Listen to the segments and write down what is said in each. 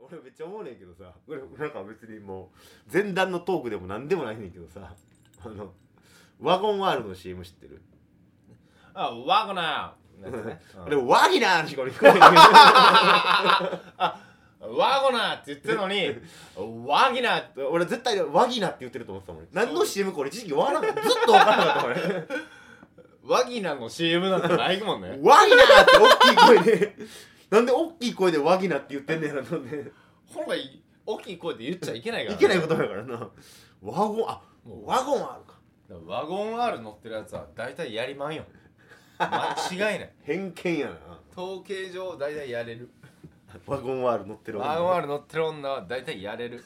俺めっちゃ思うねんけどさ俺なんか別にもう前段のトークでも何でもないねんけどさあのワゴンワールドの CM 知ってるあワゴナーの やつねあれワギナーにしか俺聞こえへんねんけどうんワゴナーって言ってるのにワギナーって俺絶対ワギナって言ってると思ってたもんね何の CM か俺一時期わからなかったずっとわからなかったもんねワギナの CM なんてないもんねワギナーって大きい声でなんで大きい声でワギナって言ってんねんなとんで本来大きい声で言っちゃいけないからいけね、ないことだからなワゴンあワゴンあるかワゴン R 乗ってるやつは大体やりまんよ間違いない偏見やな統計上大体やれるワゴンワール乗ってるワゴン R 乗ってる女は大体やれる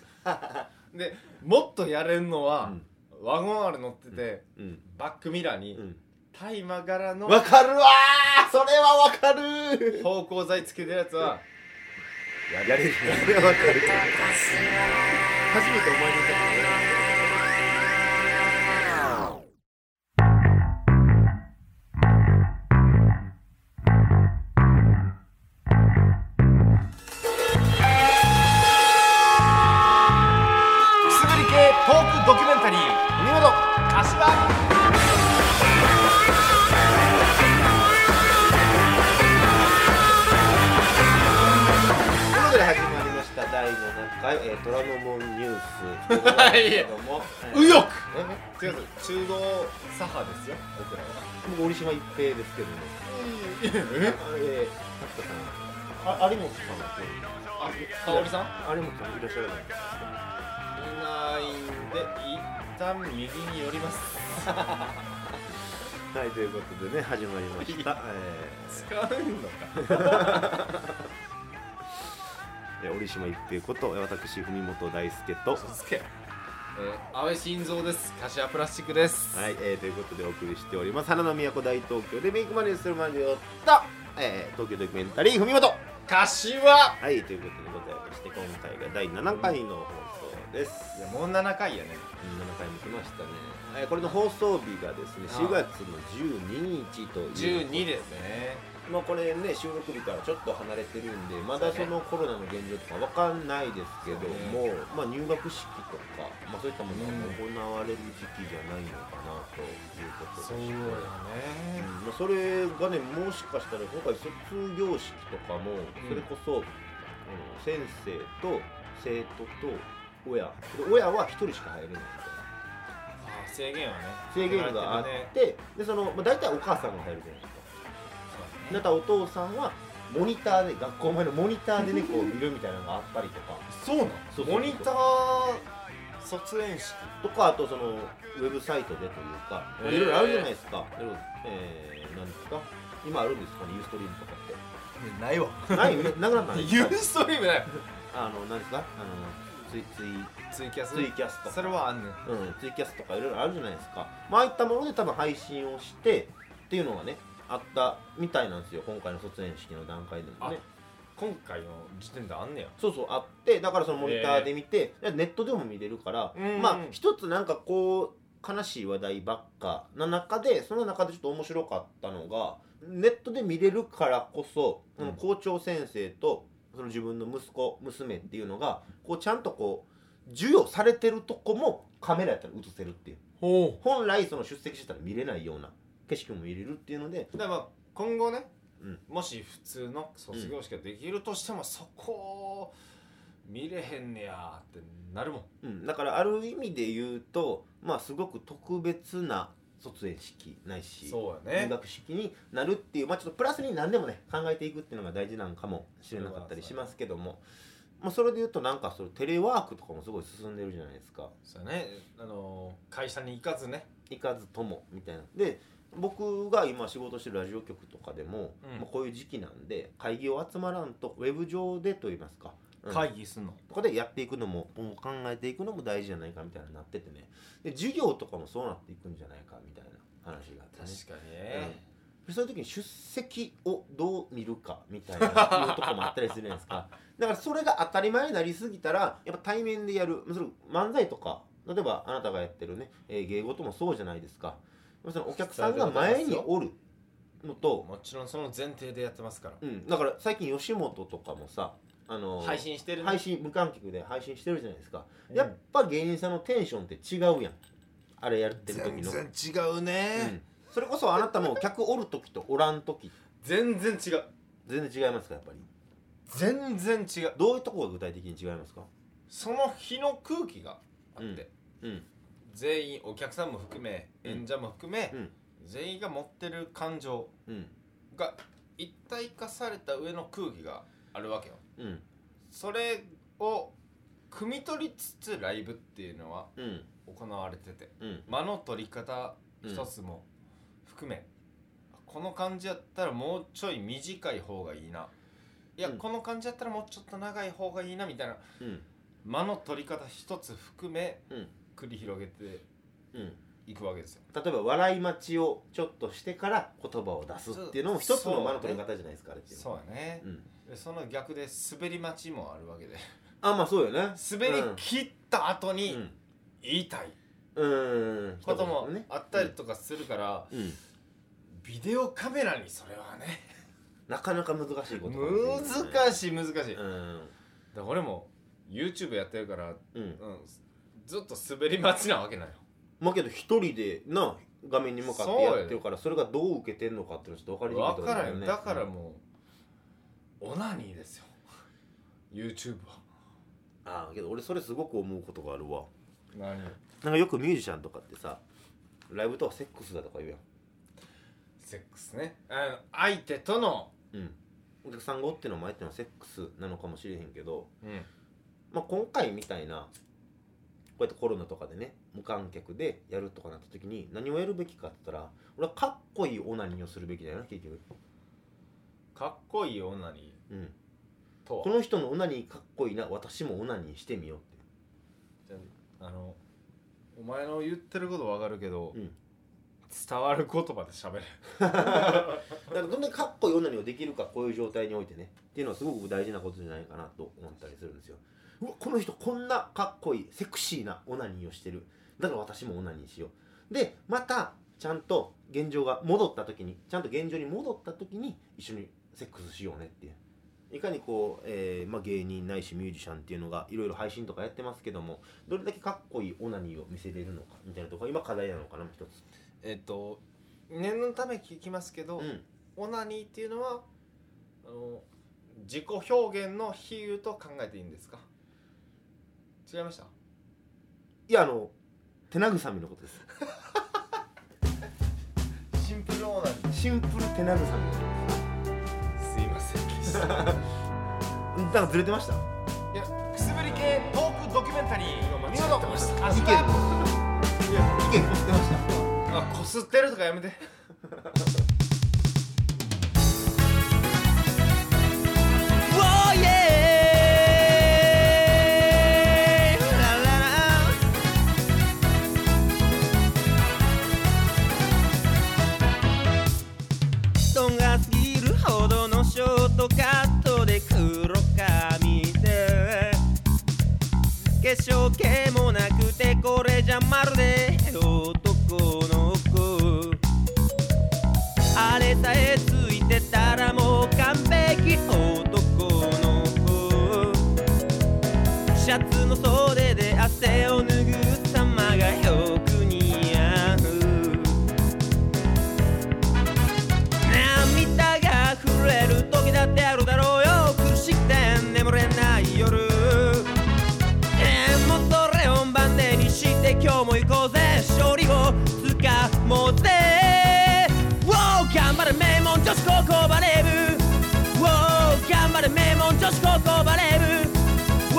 でもっとやれるのは、ワゴン R 乗ってて、うんバックミラーにうん大麻柄のわかるわーそれはわかる芳香剤つけてるやつはやれる やれわかる初めて思いくすぶり系トークドキュメンタリー見事柏出したということで始まりました第7回、えー、虎ノ門ニュースでござますけども右翼違う中道左派ですよ僕ら僕折島一平ですけどもはあえー、角田さんあ有本さんってあ香織さん有本さんいらっしゃらないですかいないんで一旦右に寄りますはいということでね始まりま した、使うのかえー、折島一平こと私文本大輔と嘘つけえー、安倍晋三です柏プラスチックですはい、えー、ということでお送りしております花の都大東京でメイクマネーするマネをった、えー、東京ドキュメンタリー文元柏はいということでございまして今回が第7回の放送ですいやもう7回やねうん7回も来ましたね、えーこれの放送日がですねああ4月の12日という12ですねまあこれね収録日からちょっと離れてるんでまだそのコロナの現状とかわかんないですけども、まあ入学式とか、まあ、そういったものが行われる時期じゃないのかなということでしてうんねまあ、それがねもしかしたら今回卒業式とかもそれこそ、あの先生と生徒と親で親は1人しか入れないみあ制限はねたいな制限があって、でその、まあ、大体お母さんが入るじゃないですかそうだからお父さんはモニターで学校前のモニター でねこう見るみたいなのがあったりとかなのそうそうそうモニター卒園式とかあとそのウェブサイトでというかまあへーいろいろあるじゃないですか、ええー、なんですか今あるんですかねユーストリームとかっないわてないなくなったんですユかーストリームないあの、なんですか、あの、ツイ、ツイ、ツイキャスツイキャスとそか、れはあんねんうん、ツイキャスとかいろいろあるじゃないですか。まあ、ああいったもので多分配信をして、っていうのがね、あったみたいなんですよ、今回の卒園式の段階でもね。今回の時点であんねやそうそう、あって、だからそのモニターで見て、ネットでも見れるから、うんうんまあ、一つなんかこう、悲しい話題ばっかな中で、その中でちょっと面白かったのが、ネットで見れるからこそ、その校長先生と、その自分の息子娘っていうのがこうちゃんとこう授与されてるとこもカメラやったら映せるっていうほう本来その出席してたら見れないような景色も見れるっていうのでだからまあ今後ね、うんもし普通の卒業式ができるとしても、そこを見れへんねやってなるもんうん、だからある意味で言うとまあすごく特別な卒園式ないしそうや入ね学式になるっていうまあちょっとプラスに何でもね考えていくっていうのが大事なのかもしれなかったりしますけども、まあ、それで言うとなんかそのテレワークとかもすごい進んでるじゃないですか。そうやねあのー会社に行かずね行かずともみたいなで僕が今仕事してるラジオ局とかでも、うんまあこういう時期なんで会議を集まらんとウェブ上でと言いますか、うん会議すんの、ここでやっていくのももう考えていくのも大事じゃないかみたいになっててねで授業とかもそうなっていくんじゃないかみたいな話があってね確かにねそういう時に出席をどう見るかみたいないうとこもあったりするじゃないですかだからそれが当たり前になりすぎたらやっぱ対面でやるそれ漫才とか例えばあなたがやってるね、えー芸事もそうじゃないですかそのお客さんが前におるのと、もちろんその前提でやってますからうん、だから最近吉本とかもさあの配信してるね配信無観客で配信してるじゃないですか、うんやっぱ芸人さんのテンションって違うやんあれやってる時全の、然違ううん、ねそれこそあなたも客おる時とおらん時全然違う全然違いますかやっぱり全然違うどういうとこが具体的に違いますかその日の空気があって、うん全員お客さんも含めうん演者も含め、うん全員が持ってる感情うんが一体化された上の空気があるわけようんそれを汲み取りつつライブっていうのはうん行われててうん間の取り方一つも含め、この感じやったらもうちょい短い方がいいないや、うんこの感じやったらもうちょっと長い方がいいなみたいなうん間の取り方一つ含めうん繰り広げてうんいくわけですよ例えば笑い待ちをちょっとしてから言葉を出すっていうのも一つの間の取り方じゃないですかあれっていうのはそうやねう、んでその逆で滑り待ちもあるわけで あまあそうよね滑り切った後にうん言いたいうんこともねあったりとかするから、うんビデオカメラにそれはねなかなか難しいこと難ししい難しい、だかうんら俺も YouTube やってるから、うんうん、ずっと滑り待ちなわけなんよまあけど一人でな画面に向かってやってるからそれがどう受けてんのかっていうのはちょっと分かりにくいとこ分ろかだらよんよねだからもう、オナニーですよ YouTube はああけど俺それすごく思うことがあるわ何なんかよくミュージシャンとかってさライブとはセックスだとか言うやんセックスねあの相手との、うんお客さんがおっての前ってのはセックスなのかもしれへんけど、うん、まあ、今回みたいなこうやってコロナとかでね無観客でやるとかなった時に何をやるべきかって言ったら俺はかっこいいオナニーをするべきだよな結局、かっこいいオナニうん、ーとはこの人のオナニーかっこいいな私もオナニーしてみようってじゃああのお前の言ってることわかるけど、うん伝わる言葉で喋れ だからどんだけかっこいい女にもできるかこういう状態においてねっていうのはすごく大事なことじゃないかなと思ったりするんですようわこの人こんなかっこいいセクシーなオナニーをしてるだから私もオナニーしようでまたちゃんと現状が戻った時にちゃんと現状に戻った時に一緒にセックスしようねっていういかにこう、えーまあ、芸人ないしミュージシャンっていうのがいろいろ配信とかやってますけどもどれだけかっこいいオナニーを見せれるのかみたいなところが今課題なのかな一つえっと念のため聞きますけど、うんオナニーっていうのはあの自己表現の比喩と考えていいんですか違いましたいやあの手慰みのことですシンプルオナニシンプル手慰みー すいませんなんかずれてましたいやくすぶり系トークドキュメンタリー見事意見もこす意あ見もずれてましたあこすってるとかやめて人が過ぎるほどのショートカットで黒髪で化粧気もなくてこれじゃまるで男の子あれさえついてたらもう完璧男の子シャツの袖で汗を拭う様がよく似合う涙が溢れる時だってあるだろうよ苦しくて眠れない夜でもそれをバネにして今日も行こうぜ勝利をつかもうぜ Wow 頑張れ名門女子高校バレー部 Wow 頑張れ名門女子高校バレー部 Wow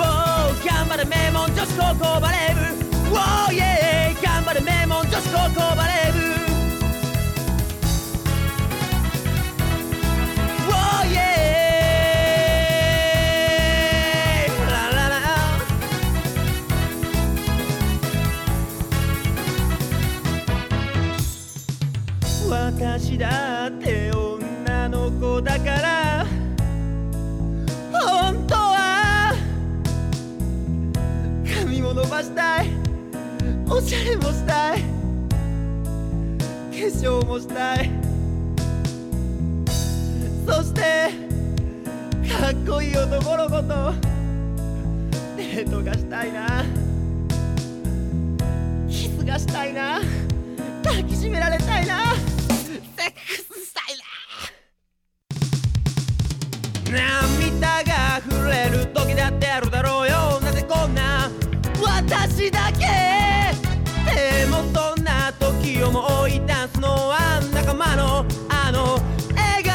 頑張れ名門女子高校バレー部 Wow yeah 頑張れ名門女子高校バレー部 Oh yeah! La la la. 私だって女の子だから本当は髪も伸ばしたいおしゃれもしたい化粧もしたいそして体っこいい男の子とデートがしたいなキスがしたいな抱きしめられたいなセックスしたいな涙が溢れる時だってあるだろうよなぜこんな私だけでもそんな時をも追い出すのは仲間のあの笑顔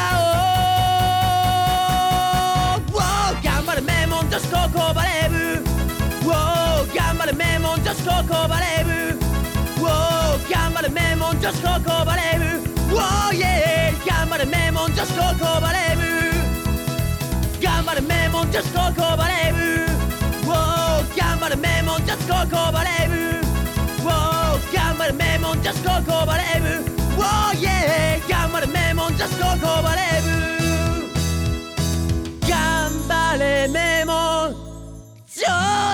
Wow 頑張れ名門女子高校バレー部 Wow 頑張れ名門女子高校バレー部 Wow 頑張れ名門女子高校バレー部 Wow yeah 頑張れ名門女子高校バレー部頑張れ名門女子高校バレー部 Wow 頑張れ名門女子高校バレー部 Wow 頑張れ名門女子高校バレー部 Wow yeah 頑張れ名門女子高校バレー部頑張れ名門女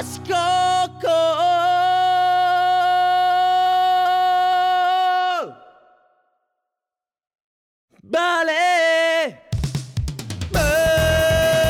子高校バレーブ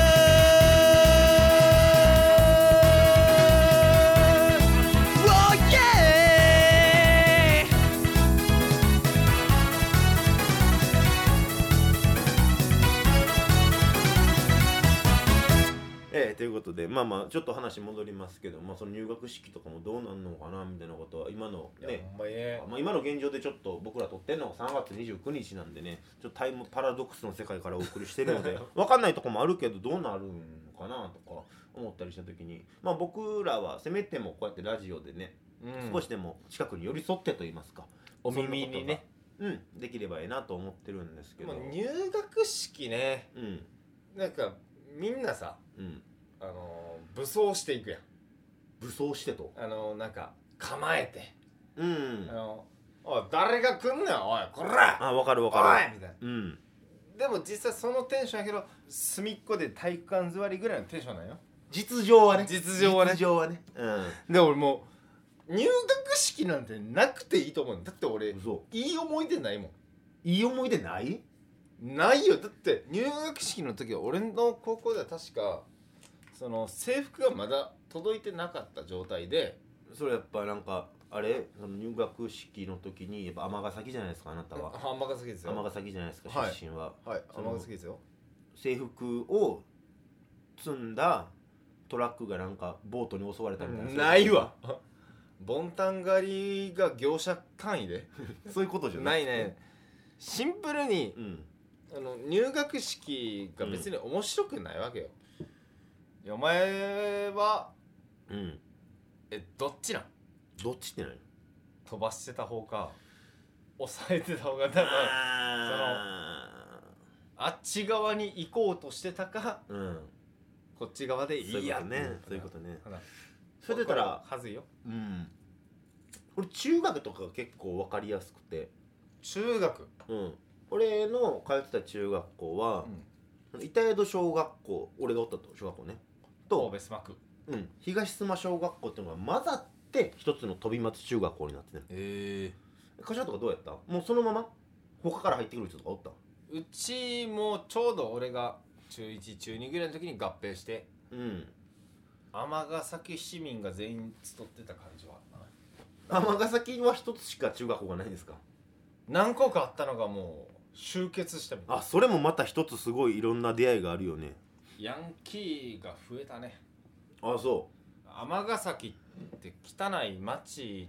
ええということでまあまあちょっと話戻りますけど、まあ、その入学式とかもどうなんのかなみたいなことは今のいやね、ほんまにねまあ、今の現状でちょっと僕ら撮ってるのが3月29日なんでねちょっとタイムパラドックスの世界からお送りしてるの でわかんないとこもあるけどどうなるんかなとか思ったりした時に、まあ、僕らはせめてもこうやってラジオでね、うん少しでも近くに寄り添ってと言いますかお耳にねそんなことがうんできればええなと思ってるんですけもどう入学式ねうんなんかみんなさうんあのー武装していくやん武装してとあのーなんか構えてうんあのーおい誰が来んねんおいこらあわかるおわいかるみたいなうんでも実際そのテンションやけど隅っこで体育館座りぐらいのテンションなんよ実情はね実情はね実情はねうんで俺もう入学式なんてなくていいと思うのだって俺い嘘い思い出ないもいい思い出ないんないよだって入学式の時は俺の高校では確かその制服がまだ届いてなかった状態でそれやっぱなんかあれその入学式の時にやっぱ尼崎じゃないですかあなたはハンバーガー好きですよ尼崎じゃないですかはい出身は、はいそハンのバーガー好きですよ制服を積んだトラックがなんかボートに襲われたみたいなないわボンタン狩りが業者単位でそういうことじゃないいねシンプルにうんあの入学式が別に面白くないわけよ、いやお前はうんえどっちなんどっち ってない飛ばしてた方か抑えてた方がだからああっち側に行こうとしてたかそのうんこっち側でいいやそういうことねそういうことねほらそれでたらこれはずいようん俺中学とかが結構分かりやすくて中学、うん俺の通ってた中学校は、板江戸小学校俺がおったと小学校ね神と戸、スマックうん、東須磨小学校っていうのが混ざって一つの飛び松中学校になってねえ柏とかどうやったもうそのまま他から入ってくる人とかおったうちもちょうど俺が中1中2ぐらいの時に合併してうん尼崎市民が全員集ってた感じはあったな尼崎は一つしか中学校がないんですか何個かあったのがもう集結したみたいあそれもまた一つすごいいろんな出会いがあるよねヤンキーが増えたねあそ尼崎って汚い町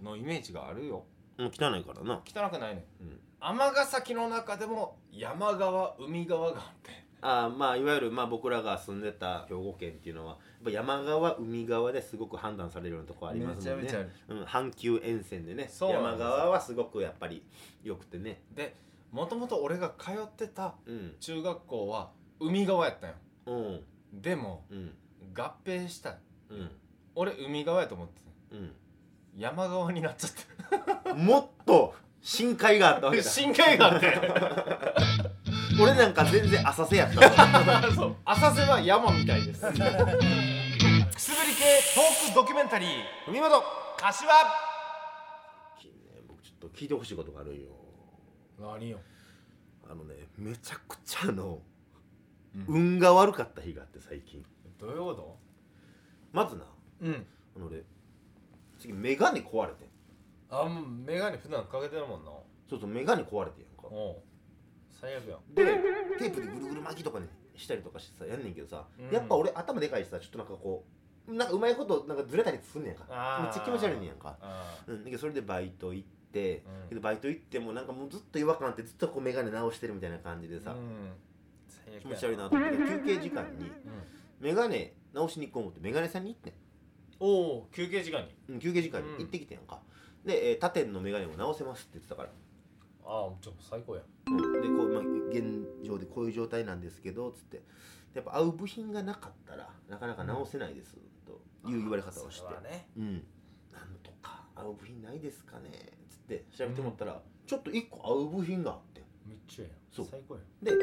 のイメージがあるようもう汚いからな汚くないねうん尼、崎の中でも山側海側があってあーまあいわゆるまあ僕らが住んでた兵庫県っていうのはやっぱ山側海側ですごく判断されるようなとこありますもんねあるうん、阪急沿線でねそうなんです山よ側はすごくやっぱり良くてねでもともと俺が通ってたうん中学校は海側やったんようんでもうん合併したうん俺海側やと思ってたう山側になっちゃってんもっと深海があったわけだ 深海があって俺なんか全然浅瀬やった わそう浅瀬は山みたいですくすぶり系トークドキュメンタリー海本柏僕ちょっと聞いてほしいことがあるんよ何よあのねめちゃくちゃあのうん運が悪かった日があって最近どういうことまずなうんあの俺次眼鏡壊れてんあもうメガネ普段かけてるもんなそうそう眼鏡壊れてんやんかおう最悪やんでテープでぐるぐる巻きとかにしたりとかしてさやんねんけどさ、うんやっぱ俺頭でかいしさちょっとなんかこうなんかうまいことなんかずれたりすんねやんかあーめっちゃ気持ち悪いねんやんかあうんだけどそれでバイト行って、うんけどバイト行ってもなんかもうずっと違和感あってずっとこう眼鏡直してるみたいな感じでーさ、うん最悪や気持ち悪いなと思って休憩時間にうん眼鏡直しに行こう思って眼鏡屋さんに行ってんおお休憩時間にうん休憩時間に行ってきてんやんか、で、えー他店の眼鏡も直せますって言ってたから、ああちょ最高やんうんでこう、まあ、現状でこういう状態なんですけどつってやっぱ合う部品がなかったらなかなか直せないです、という言われ方をしてそれはねうん、なんとか合う部品ないですかねつって調べてもらったら、ちょっと1個合う部品があってめっちゃええやんそう最高やんでい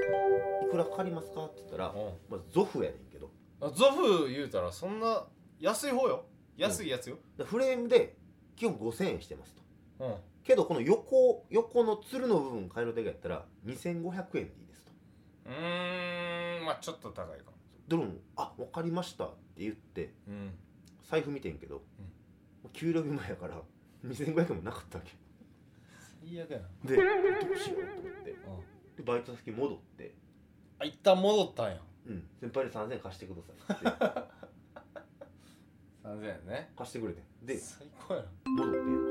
くらかかりますかって言ったら、おうまあ、ゾフやねんけどあゾフ言うたらそんな安い方よ安いやつよでフレームで基本5000円してますとうんけどこの横横のつるの部分変えるだけやったら2500円でいいですとうーんまあちょっと高いかもでも「あ分かりました」って言ってうん財布見てんけど、給料日前やから2500円もなかったわけ最悪やんでどうしようと思ってうんでバイト先戻ってあ一旦戻ったんや「うん先輩に3000円貸してください」って3000円ね貸してくれてんで最高やん戻ってんやんか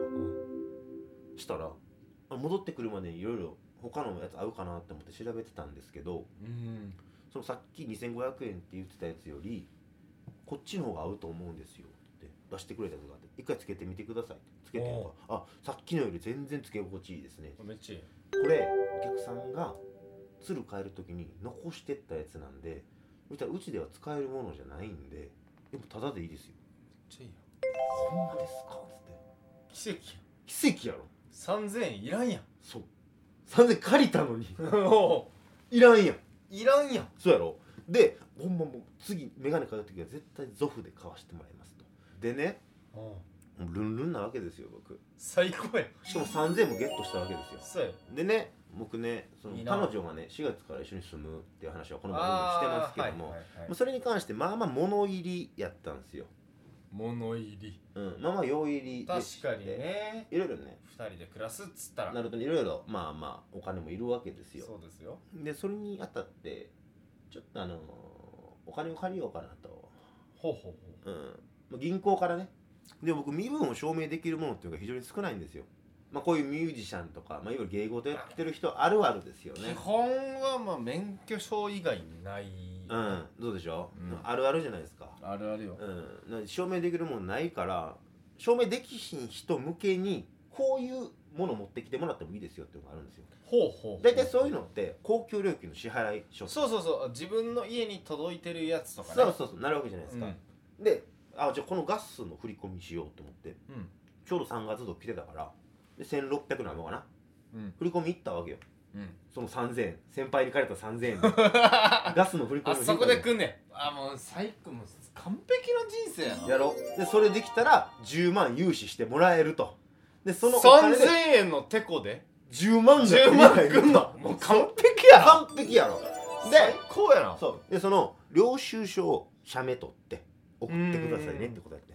うんしたらあ戻ってくるまでにいろいろ他のやつ合うかなって思って調べてたんですけどうんそのさっき2500円って言ってたやつよりこっちの方が合うと思うんですよって出してくれたやつがあって一回つけてみてくださいってつけてんおかあさっきのより全然つけ心地いいですねめっちゃいいやんこれお客さんが鶴変える時に残してったやつなんで見たらうちでは使えるものじゃないんででもただでいいですよめっちゃいいほんまですかっやん奇つって奇跡やろ跡やん3000円いらんやんそう3000借りたのに おういらんやんいらんやんそうやろでほんまもう次眼鏡かけた時は絶対ゾフで買わしてもらいますとでねもうルンルンなわけですよ僕最高やんしかも3000もゲットしたわけですよそうやでね僕ねそのいいな彼女がね4月から一緒に住むっていう話はこの番組でしてますけども、まあそれに関してまあまあ物入りやったんですよ、物入りうん、まあまあ用入りで確かにねいろいろね二人で暮らすっつったらなるほどいろいろまあまあお金もいるわけですよそうですよでそれにあたってちょっとあのーお金を借りようかなと、ほうほうほううんまあ、銀行からねで僕身分を証明できるものっていうのが非常に少ないんですよまあこういうミュージシャンとか、まあ、いわゆる芸事やってる人あるあるですよ基ね本はまあ免許証以外にない、うんどうでしょう、うんあるあるじゃないですかあるあるようん、なんで証明できるもんないから証明できひん人向けにこういうもの持ってきてもらってもいいですよっていうのがあるんですよほうほう大体そういうのって公共料金の支払い書そうそうそう自分の家に届いてるやつとかねそうそうそうなるわけじゃないですか、うんであじゃあこのガスの振り込みしようと思ってうんちょうど3月度来てたからで1600なのかなうん振り込み行ったわけようんその3000円先輩に借りた3000円で ガスの振り込みあを引いそたこのよで来んねんあもう最高もう完璧な人生やなやろでそれできたら10万融資してもらえるとでそのお金で3000円のテコで10万が10万くんの もう完璧やな完璧やろ最で高やなそうでその領収書を写メ取って送ってくださいねってことやって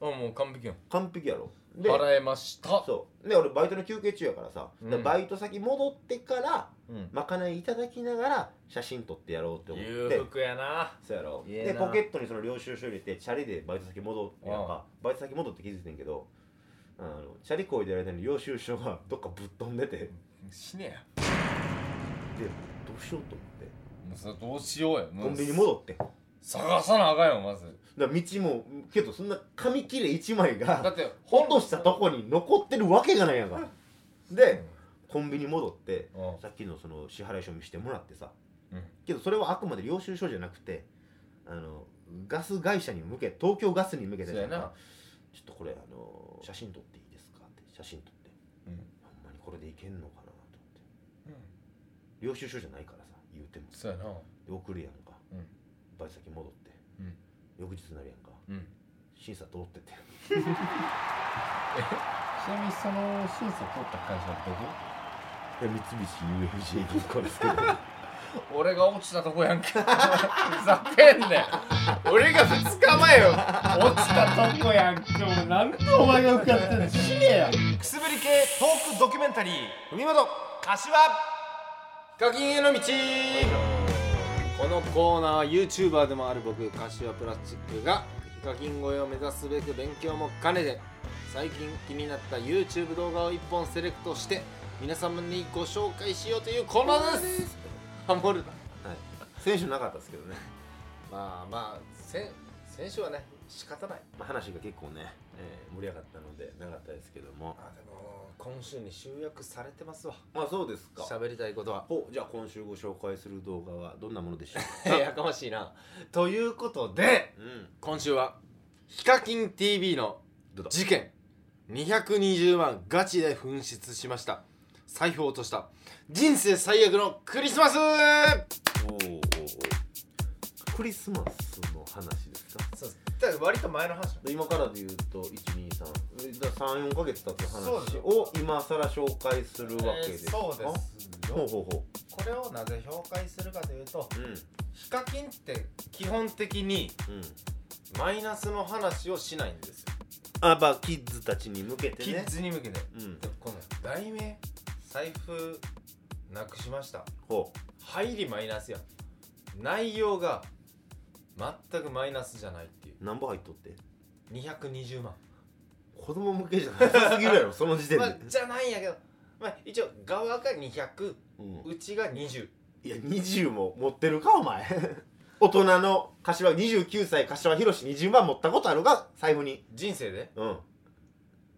あもう完璧やん完璧やろで払えましたそうで俺バイトの休憩中やからさ、うんだからバイト先戻ってからうんまかないいただきながら写真撮ってやろうって思裕って福やなそうやろいいなでポケットにその領収書入れてチャリでバイト先戻ってなんかバイト先戻って気づいてんけどあのチャリこいでる間に領収書がどっかぶっ飛んでてで死ねやどうしようと思ってもうそれどうしようやもコうンビニ戻ってん探さなあかんよまずだから道もけどそんな紙切れ1枚だがって落としたとこに残ってるわけがないやんかでコンビニ戻ってうんさっきのその支払い書見してもらってさ、うんけどそれはあくまで領収書じゃなくてあのガス会社に向け東京ガスに向けてそうやなちょっとこれあの写真撮っていいですかって写真撮ってうんほんまにこれでいけんのかなと思って領収書じゃないからさ言うてもそうやなで送るやんか、うんバイト先戻って、うん翌日になるやんかうん審査通っててちなみにその審査通った会社はどこいや三菱 UFJ 銀行ですけど俺が落ちたとこやん けふざけんねん俺が2日前よ落ちたとこやんけもうなんでお前が受かってんの死ねやくすぶり系トークドキュメンタリー海本柏課金への道このコーナーは YouTuber でもある僕柏プラスチックが課金超えを目指すべく勉強も兼ねて最近気になった YouTube 動画を1本セレクトして皆様にご紹介しようというコーナーですハモる選手なかったですけどね、まあまあ先先週はね仕方ないまあ、話が結構ね、えー盛り上がったのでなかったですけどもあでも今週に集約されてますわまあそうですか喋りたいことはほうじゃあ今週ご紹介する動画はどんなものでしょうかやかましいなということでうん今週はヒカキン TV の事件220万ガチで紛失しました財布を落とした人生最悪のクリスマスおーおーおークリスマスの話ですかそうだから割と前の話で今からで言うと12334ヶ月経ったそうです話よを今更紹介するわけですえーかそうですほうよほうほこれをなぜ評価するかというとううんヒカキンって基本的にうんマイナスの話をしないんですよあまあキッズたちに向けてねキッズに向けてうんでもこの題名財布なくしましたほ入りマイナスや内容が全くマイナスじゃないっていうう何本入っとって220万子供向けじゃなさすぎるやろその時点で、まあ、じゃないんやけど、まあ、一応側が200うん、うちが20いや20も持ってるかお前大人の柏29歳柏広し20万持ったことあるか財布に人生でうん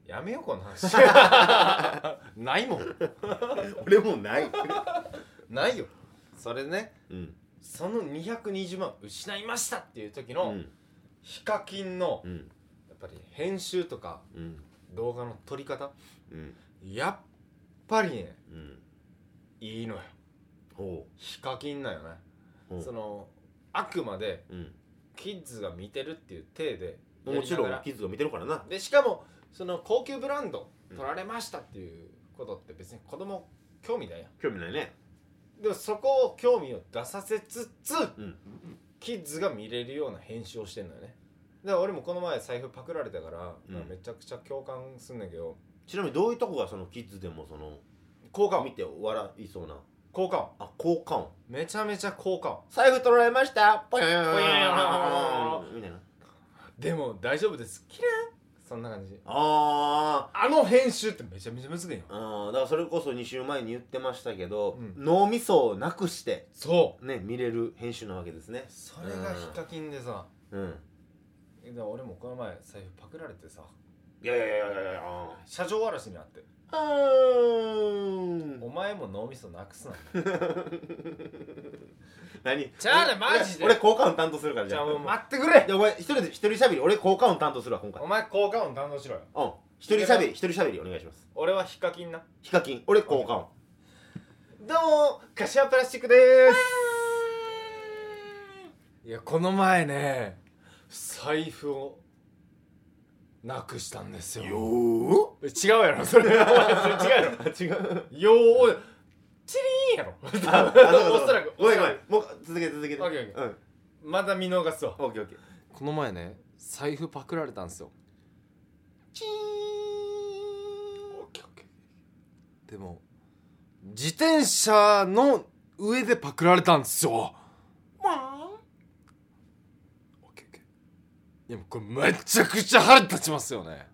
やめようこの話 ないもん俺もないないよそれねうんその220万失いましたっていう時うの、んヒカキンのうんやっぱり編集とかうん動画の撮り方うんやっぱりねうんいいのよほヒカキンなんよねうほうそのあくまでうんキッズが見てるっていう体でやりながらもちろんキッズが見てるからなでしかもその高級ブランド取られましたっていうことって別に子供興味ないやん興味ないねでもそこを興味を出させつつ、んキッズが見れるような編集をしてんのよねだから俺もこの前財布パクられたから、うんまあめちゃくちゃ共感すんだけどちなみにどういうとこがそのキッズでもその効果見音て笑いそうな効果音あ交換音めちゃめちゃ効果音財布取られましたぽよよよぽよよよみたいなでも大丈夫ですキランそんな感じあーあの編集ってめちゃめちゃむずいよあーだからそれこそ2週前に言ってましたけど、うん脳みそをなくしてそうね見れる編集なわけですねそれがヒカキンでさ、うんえだから俺もこの前財布パクられてさいやいやいやいやいや車上荒らしにあってうんお前も脳みそなくすな。何ちゃうねマジで俺俺効果音担当するからじゃあもうま待ってくれじゃあお前一人で一人喋り俺効果音担当するわ今回お前効果音担当しろよ。うん一人喋り一人喋りお願いします俺はヒカキンな。ヒカキン俺効果音どうも、柏プラスチックでーす。いや、この前ね、財布をなくしたんですよ。よ違うや ろ、 それ。違うやろ。ー違うよー、チリーンやろ。ああそうかそうかおそらくごめんごめおそらんくもう続けて続けてオッケーオッケうんまだ見逃すわ。オッケーオッケーこの前ね、財布パクられたんですよ。チーンでも自転車の上でパクられたんですよわオッケーオッケーいやもうこれめちゃくちゃ腹立ちますよね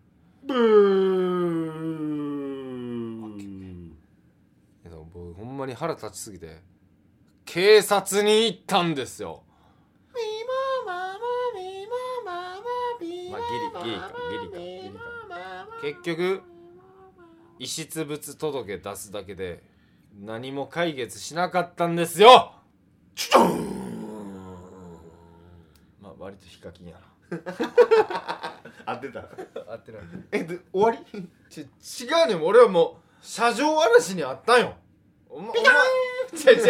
ブーいやでも僕ほんまに腹立ちすぎて警察に行ったんですよまあギリギリかギリかギリか結局遺失物届出すだけで何も解決しなかったんですよまあ割とヒカキンや合ってたな合ってないえで終わ りち違うねん俺はもう車上荒らしにあったんよお前違う違う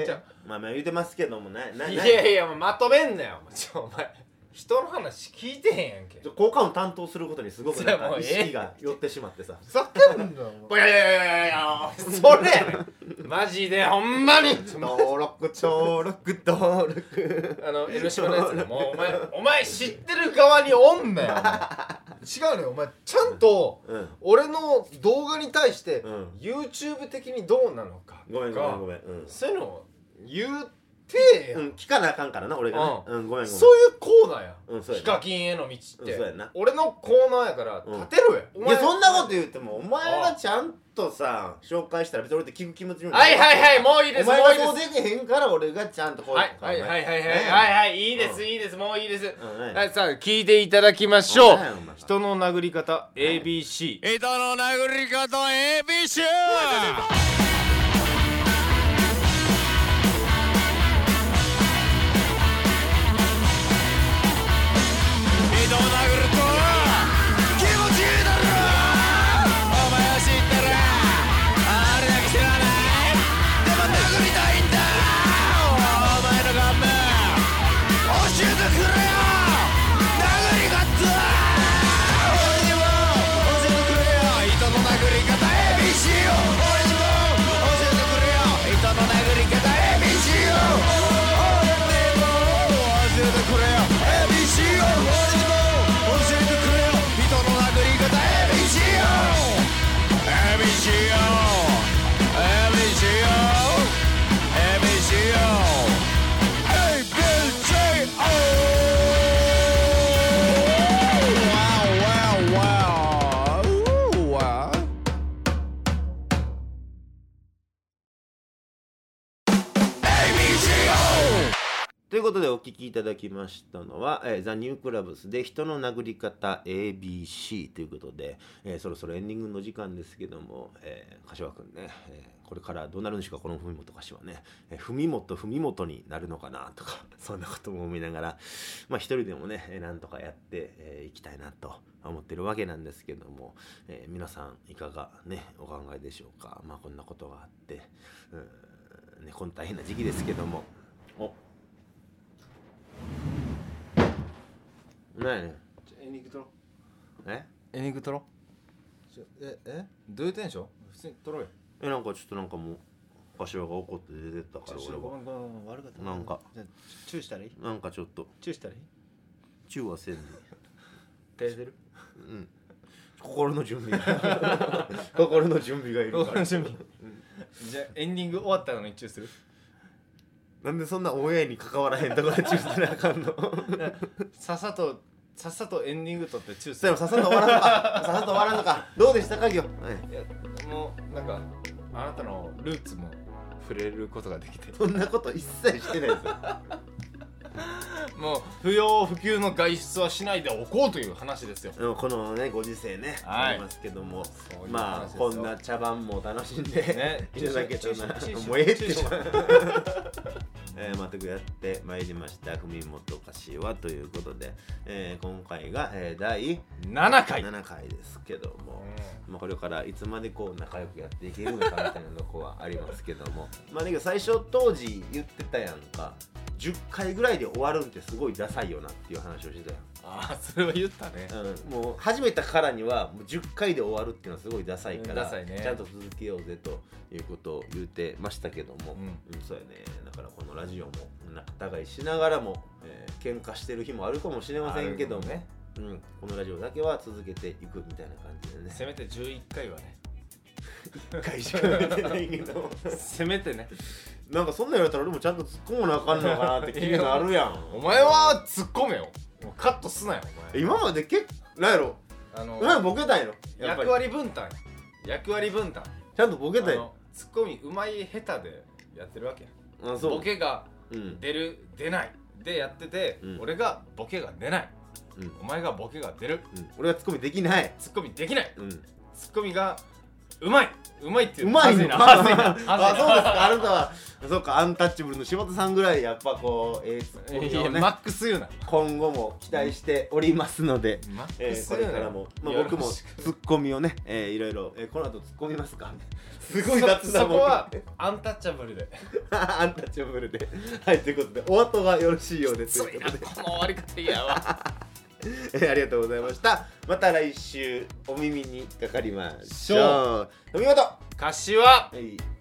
違うまあまあ言うてますけどもねないない やいやもうまとめんなよお前ちょお前人の話聞いてへんやんけちょ効果音担当することにすごくなん か意識が寄ってしまってさふざけんなよぼやややややそれやねんマジでほんまに登録登録登録あ の江ノ島のやつがもうお前お前知ってる側におんなよ違うねお前ちゃんとうん俺の動画に対してうん YouTube 的にどうなのかごめんごめんごめんうんそういうのを言ってうん聞かなあかんからな俺がねうんごめんごめんそういうコーナーやうんそうやヒなカキンへのう道っんそうやてな俺のコーナーやからうん立てろやおいや前そんなこと言ってもお前がちゃんとさ紹介したら別に俺って聞く気持ちにもはいはいはいもういいでおすもうい前いがですそうできへんから俺がちゃんとこうはいはいはいはいはいねはいはいいいでうすんいいですもういいですうんねはいさあ聞いていただきましょう何やお前人の殴り方 ABC 人の殴り方 ABC ということでお聞きいただきましたのは、えー、ザ・ニュークラブスで人の殴り方 ABC ということで、えーそろそろエンディングの時間ですけども、えー柏君ね、えーこれからどうなるんでしょうかこの文元柏ね、えー、文元文元になるのかなとか そんなことも思いながらまあ一人でもねえーなんとかやってい、えーいきたいなと思ってるわけなんですけども、えー皆さんいかがねお考えでしょうかまあこんなことがあってうーんねこんな大変な時期ですけどもお何やねんエニグトロえエニグトロええどういうテンション普通にトロよえなんかちょっとなんかもう柏が怒って出てったから俺は悪かったなんかチューしたらいいなんかちょっとチューしたらいいチューはせんね照れてるうん心の準備 が心の準備がいるからじゃあエンディング終わったのにチューする なんでそんなオンエアに関わらへんとこでチューしてなあかんのさっさとさっさとエンディング取ってチューすそれるもさっさと終わらんのか さっさと終わらんのかどうでしたか今日、はいいやもうなんかあなたのルーツも触れることができてそんなこと一切してないですよもう不要不急の外出はしないでおこうという話ですよでもこのねご時世ね、はいありますけどもういう話まあですよこんな茶番も楽しんで、ねいただけたらな注意しもうええって注意しえー、全くやってまいりました「文元柏」ということで、えー今回が、えー第7回7回ですけども、まあ、これからいつまでこう仲良くやっていけるのかみたいなとこはありますけども まあだけど最初当時言ってたやんか10回ぐらいで終わるんってすごいダサいよなっていう話をしてたやんああそれは言ったねうんもう始めたからにはもう10回で終わるっていうのはすごいダサいから、ダサいねちゃんと続けようぜということを言うてましたけども、ううんそうやねだからこのラジオも仲違いしながらも、えー喧嘩してる日もあるかもしれませんけどもあるねうん、このラジオだけは続けていくみたいな感じで ねせめて11回はね1回しか出てないけど せめてねなんかそんなん言われたら俺もちゃんと突っ込まなあかんのかな って気になるやんお前は突っ込めよもうカットすなよお前今まで結構なんやろあのなんかボケたんやろやっぱり役割分担役割分担ちゃんとボケたんあやのツッコミうまい下手でやってるわけやあそうボケがうん出る出ないでやってて、うん俺がボケが出ないうんお前がボケが出るうん、俺はツッコミできない。ツッコミできないうん、ツッコミがうまいうまいっていううまはいずのいなか。はずいな あ、そうですか。あなたは、そうか、アンタッチャブルの柴田さんぐらい、やっぱこう、ええツッコいミやをねマックス言うな今後も期待しておりますので。マッえクースこ言れうなからも、まあ、よろし僕くもツッコミをね、えーいろいろ、えーこの後ツッコ みますかすごいそ雑だそもこんはアンタッチャブルで アンタッチャブルではいということでお後がよろしいようですそうというやことなでこの終わり方嫌やわ えーありがとうございましたまた来週お耳にかかりまししょう飲み事は柏い